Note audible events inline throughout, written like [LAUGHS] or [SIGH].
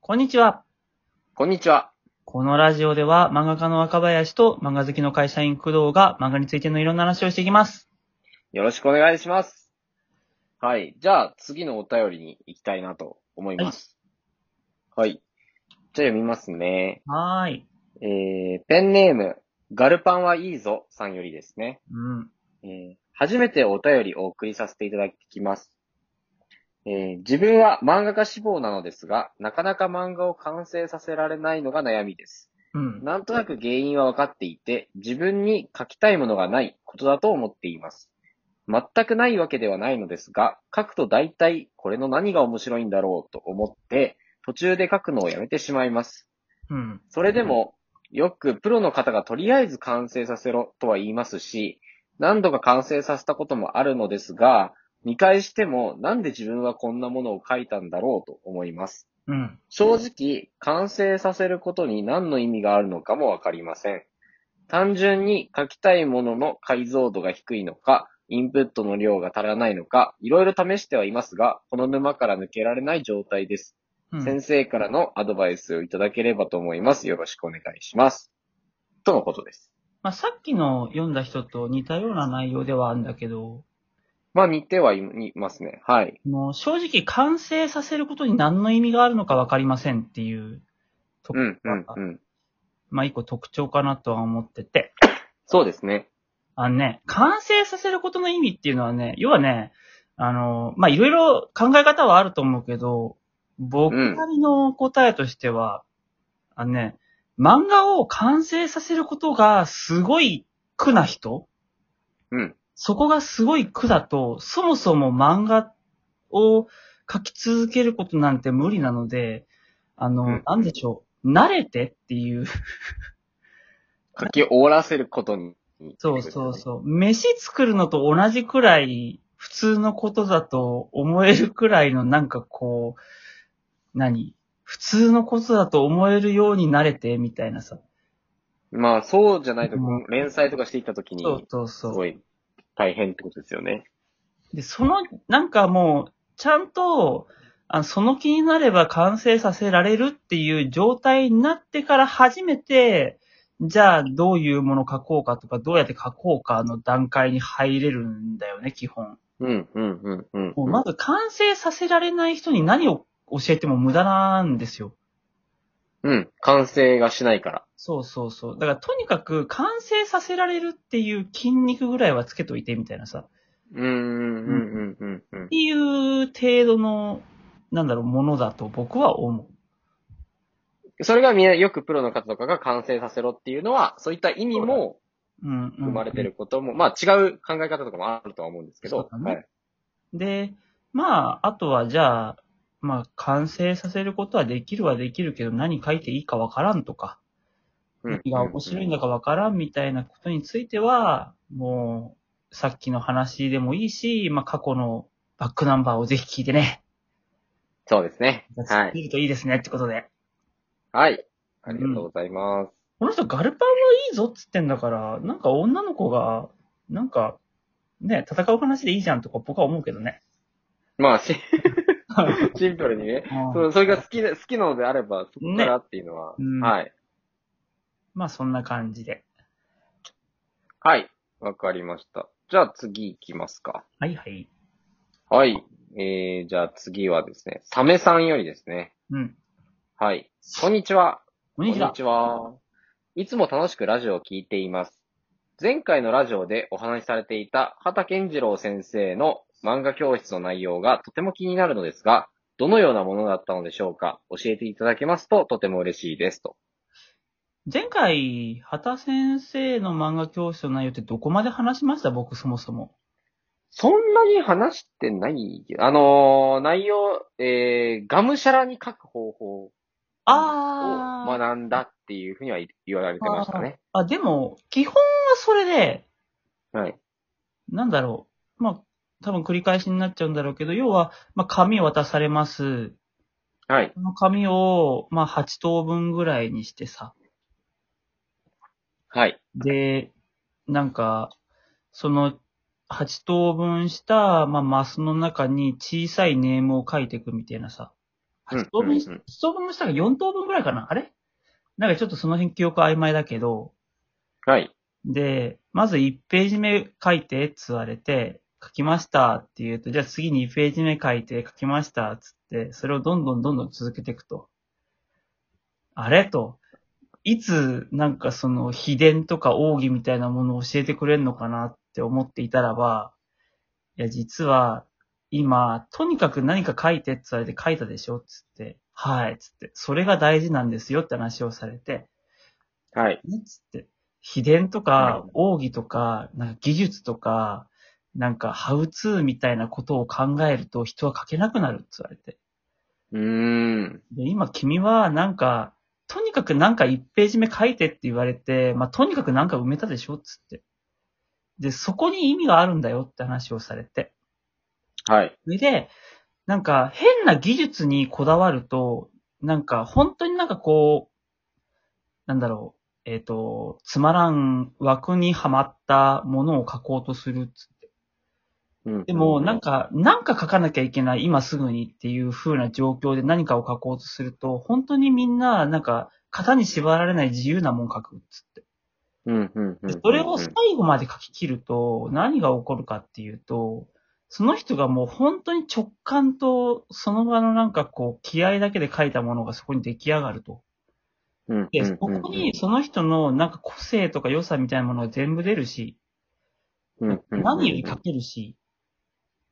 こんにちは。こんにちは。このラジオでは漫画家の若林と漫画好きの会社員工藤が漫画についてのいろんな話をしていきます。よろしくお願いします。はい。じゃあ、次のお便りに行きたいなと思います。はい。じゃあ読みますね。はーい。えー、ペンネーム、ガルパンはいいぞさんよりですね。うん。えー、初めてお便りをお送りさせていただきます。えー、自分は漫画家志望なのですが、なかなか漫画を完成させられないのが悩みです。うん。なんとなく原因は分かっていて、自分に書きたいものがないことだと思っています。全くないわけではないのですが、書くと大体これの何が面白いんだろうと思って、途中で書くのをやめてしまいます。うん。それでも、よくプロの方がとりあえず完成させろとは言いますし、何度か完成させたこともあるのですが、見返してもなんで自分はこんなものを書いたんだろうと思います。うん。正直、完成させることに何の意味があるのかもわかりません。単純に書きたいものの解像度が低いのか、インプットの量が足らないのか、いろいろ試してはいますが、この沼から抜けられない状態です。うん。先生からのアドバイスをいただければと思います。よろしくお願いします。とのことです。まあ、さっきの読んだ人と似たような内容ではあるんだけど、まあ似てはいますね。はい。もう正直完成させることに何の意味があるのかわかりませんっていうとこうが、ん、うん、うん。まあ一個特徴かなとは思ってて。そうですね。あのね、完成させることの意味っていうのはね、要はね、あの、まあ、いろいろ考え方はあると思うけど、僕なりの答えとしては、あのね、漫画を完成させることがすごい苦な人うん。そこがすごい苦だと、そもそも漫画を書き続けることなんて無理なので、あの、うんなんでしょう、慣れてっていう書き終わらせることに。そうそうそう。飯作るのと同じくらい普通のことだと思えるくらいのなんかこう、何普通のことだと思えるようになれて、みたいなさ。まあ、そうじゃないと、うん連載とかしていったときに、そうそうすそごい大変ってことですよね。う。で、その、なんかもう、ちゃんと、あその気になれば完成させられるっていう状態になってから初めて、じゃあどういうもの書こうかとか、どうやって書こうかの段階に入れるんだよね、基本。うん、うん、うん、うん。もうまず完成させられない人に何を教えても無駄なんですよ。うん、完成がしないから。そうそうそう。だからとにかく完成させられるっていう筋肉ぐらいはつけといてみたいなさ。っうん、うん、うん、うん、うんて。いう程度の、なんだろう、ものだと僕は思それがみんなよくプロの方とかが完成させろっていうのは、そういった意味もう。うん、うん。生まれてることも、まあ違う考え方とかもあるとは思うんですけそうど、だねはいで、まあ、あとはじゃあ、まあ、完成させることはできるはできるけど、何書いていいかわからんとか、うん何が面白いんだかわからんみたいなことについては、もう、さっきの話でもいいし、まあ、過去のバックナンバーをぜひ聞いてね、そうですね。は聞い。いるといいですねってことで。はい。ありがとうございます。この人、ガルパンはいいぞっつってんだから、なんか女の子が、なんか、ね、戦う話でいいじゃんとか僕は思うけど [LAUGHS] ね。まあ、しシンプルにね。そうそれが好きで、好きなのであれば、そこからっていうのは、ねうんはい。まあ、そんな感じで。はい。わかりました。じゃあ次行きますか。はいはい。はい。えー、じゃあ次はですね、サメさんよりですね。うん。はい。こんにちは。こんにちは。いつも楽しくラジオを聞いています。前回のラジオでお話しされていた畑健次郎先生の漫画教室の内容がとても気になるのですが、どのようなものだったのでしょうか教えていただけますととても嬉しいですと。前回、畑先生の漫画教室の内容ってどこまで話しました僕そもそも。そんなに話してないけど、あのー内容、えー、がむしゃらに書く方法をあー。学んだっていうふうには言われてましたね。あ、でも、基本はそれで、はい。なんだろう。まあ、多分繰り返しになっちゃうんだろうけど、要は、まあ、紙を渡されます。はい。この紙を、まあ、8等分ぐらいにしてさ。はい。で、なんか、その、8等分した、まあ、マスの中に小さいネームを書いていくみたいなさ。うん8等分、うんうん7等分の下が4等分ぐらいかなあれなんかちょっとその辺記憶曖昧だけど、はい。で、まず1ページ目書いてって言われて、書きましたって言うと、じゃあ次2ページ目書いて書きましたっつって、それをどんどんどんどん続けていくと。あれと。いつなんかその秘伝とか奥義みたいなものを教えてくれるのかなって思っていたらば、いや実は今、とにかく何か書いてって言われて書いたでしょっつって、はいっつって、それが大事なんですよって話をされて、はい。ね、つって。秘伝とかうん、奥義とか、なんか技術とか、なんかハウツーみたいなことを考えると人は書けなくなるって言われて。うーん。で、今君はなんか、とにかくなんか1ページ目書いてって言われて、まあ、とにかくなんか埋めたでしょっつって。で、そこに意味があるんだよって話をされて。はい。それで、なんか変な技術にこだわると、なんか本当になんかこう、なんだろう、えっ、と、つまらん枠にはまったものを書こうとするっつって。うんでも、なん、か、なんか書かなきゃいけない、今すぐにっていう風な状況で何かを書こうとすると、本当にみんな、なんか、型に縛られない自由なもん書くっつって。うん、うん、うん。でそれを最後まで書き切ると、何が起こるかっていうと、その人がもう本当に直感と、その場のなんかこう、気合だけで書いたものがそこに出来上がると。うん、で、そこにその人のなんか個性とか良さみたいなものが全部出るし、何より書けるし。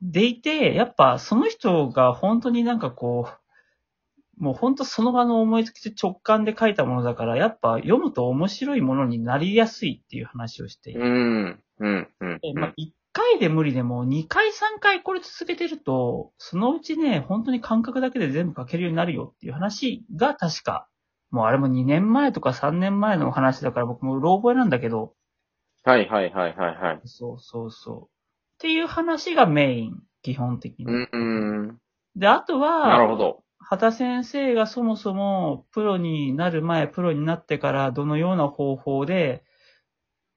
でいて、やっぱその人が本当になんかこう、もう本当その場の思いつきと直感で書いたものだから、やっぱ読むと面白いものになりやすいっていう話をしていてうん、うん、うん。えまあ、1回で無理でも、2回、3回これ続けてると、そのうちね、本当に感覚だけで全部書けるようになるよっていう話が確か、もうあれも2年前とか3年前のお話だから僕もうろ覚えなんだけど、はい、はい、はい、はい、はい。そうそうそう。っていう話がメイン、基本的に。うん、うん。で、あとなるは、ほど。畑先生がそもそもプロになる前、プロになってからどのような方法で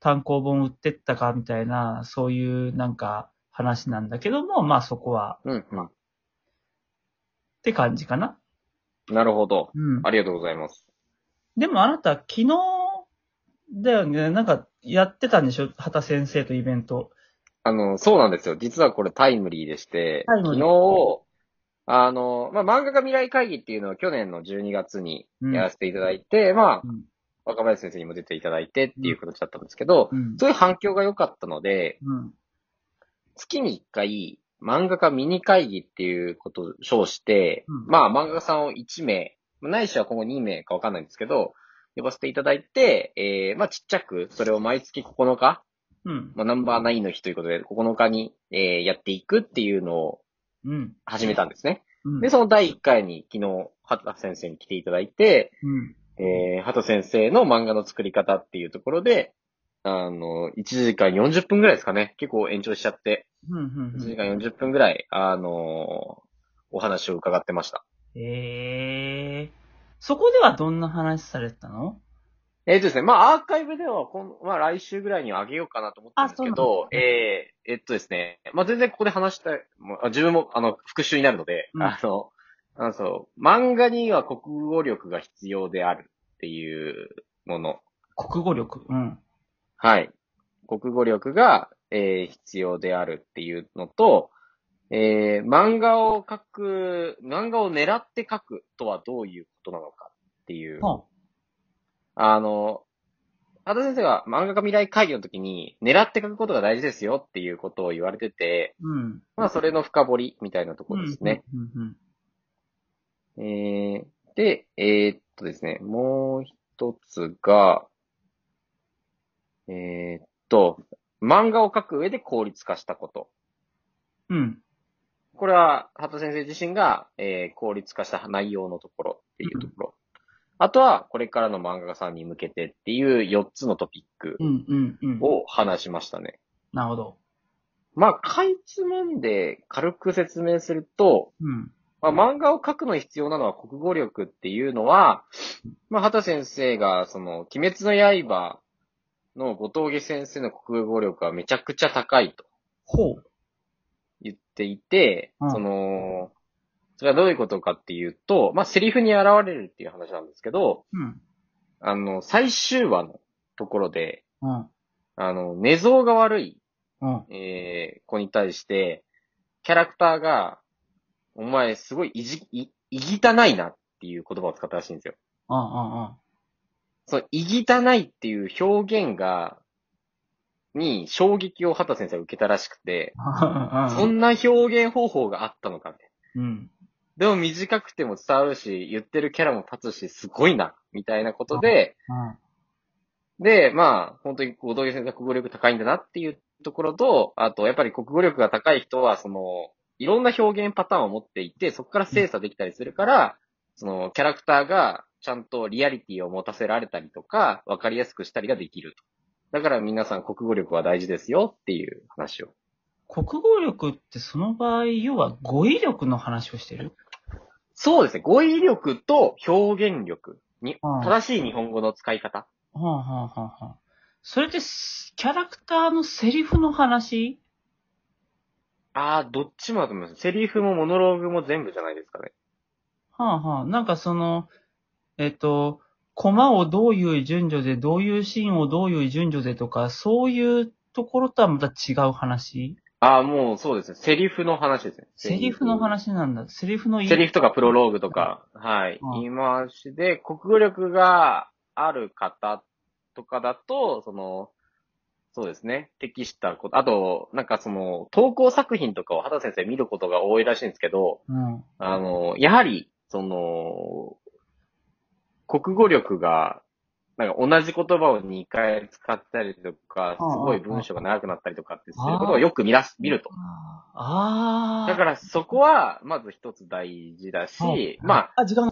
単行本売ってったかみたいな、そういうなんか話なんだけども、まあそこはうん、うん。って感じかな。なるほど。うん。ありがとうございます。でもあなた昨日だよね、なんかやってたんでしょ畑先生とイベント。あの、そうなんですよ。実はこれタイムリーでして、タイム昨リー日、あの、まあ、漫画家未来会議っていうのを去年の12月にうんやらせていただいて、まあうん、若林先生にも出ていただいてっていう形だったんですけど、うんす。ごい反響が良かったので、うん。月に1回、漫画家ミニ会議っていうことを称して、うんまあ漫画家さんを1名、ないしは今後2名かわかんないんですけど、呼ばせていただいて、えー、まあちっちゃく、それを毎月9日、うん。まあナンバーナインの日ということで、9日に、えー、やっていくっていうのをうん。始めたんですね。うん。で、その第1回に昨日、畑先生に来ていただいて、うん。えー、畑先生の漫画の作り方っていうところで、あの、1時間40分ぐらいですかね。結構延長しちゃって、うん。うん1時間40分ぐらい、あのーお話を伺ってました。えー。そこではどんな話されてたのえーとですね、まあ、アーカイブでは、こんまあ、来週ぐらいには上げようかなと思ってるんですけあそうなどん、だえー、えっとですね、まあ、全然ここで話した、もうあ自分も、あの、復習になるので、うんあの、あの、そう、漫画には国語力が必要であるっていうもの。国語力。うん。はい。国語力が、えー必要であるっていうのと、えー漫画を描く、漫画を狙って描くとはどういうことなのかっていう。はあの、畑先生が漫画家未来会議の時に、狙って書くことが大事ですよっていうことを言われてて、うん。まあそれの深掘りみたいなところですね。うん。うんうん。えー、で、えーっとですね、もう一つが、えーっと、漫画を書く上で効率化したこと。うん。これは、畑先生自身が、えー効率化した内容のところっていうところ。あとは、これからの漫画家さんに向けてっていう4つのトピックうん。うん。うん。を話しましたね。なるほど。まあ、かいつまんで軽く説明すると、うん。まあ、漫画を描くのに必要なのは国語力っていうのは、まあ、畑先生が、その、鬼滅の刃の後藤家先生の国語力はめちゃくちゃ高いとほう。言っていて、うんその、それはどういうことかっていうと、まあ、セリフに現れるっていう話なんですけど、うん。あの、最終話のところで、うん。あの、寝相が悪い、うん。えー、子に対して、キャラクターが、お前すごいいじ、い、いぎたないなっていう言葉を使ったらしいんですよ。うん。うん。その、いぎたないっていう表現が、に衝撃を畑先生は受けたらしくて、そうんんな表現方法があったのかみたいな。うん。でも短くても伝わるし、言ってるキャラも立つし、すごいな、みたいなことで、うん。で、まあ、本当に小峠先生は国語力高いんだなっていうところと、あと、やっぱり国語力が高い人は、その、いろんな表現パターンを持っていて、そこから精査できたりするから、その、キャラクターがちゃんとリアリティを持たせられたりとか、わかりやすくしたりができると。だから皆さん国語力は大事ですよっていう話を。国語力ってその場合、要は語彙力の話をしてるそうですね。語彙力と表現力に、うん正しい日本語の使い方。はあはあはあはあ。それってす、キャラクターのセリフの話ああ、どっちもだと思います。セリフもモノローグも全部じゃないですかね。はあはあ。なんかその、えっと、コマをどういう順序で、どういうシーンをどういう順序でとか、そういうところとはまた違う話ああ、もうそうですね。セリフの話ですね。セリフの。話なんだ。セリフの言いセリフとかプロローグとか、はい。うん言い回しで、国語力がある方とかだと、その、そうですね。適したこと。あと、なんかその、投稿作品とかを畑先生見ることが多いらしいんですけど、うん。あの、やはり、その、国語力が、なんか同じ言葉を2回使ったりとか、うんうんうんすごい文章が長くなったりとかってすることをよく見らす、見ると。ああ。だからそこは、まず一つ大事だはいし、まあ、あ、時間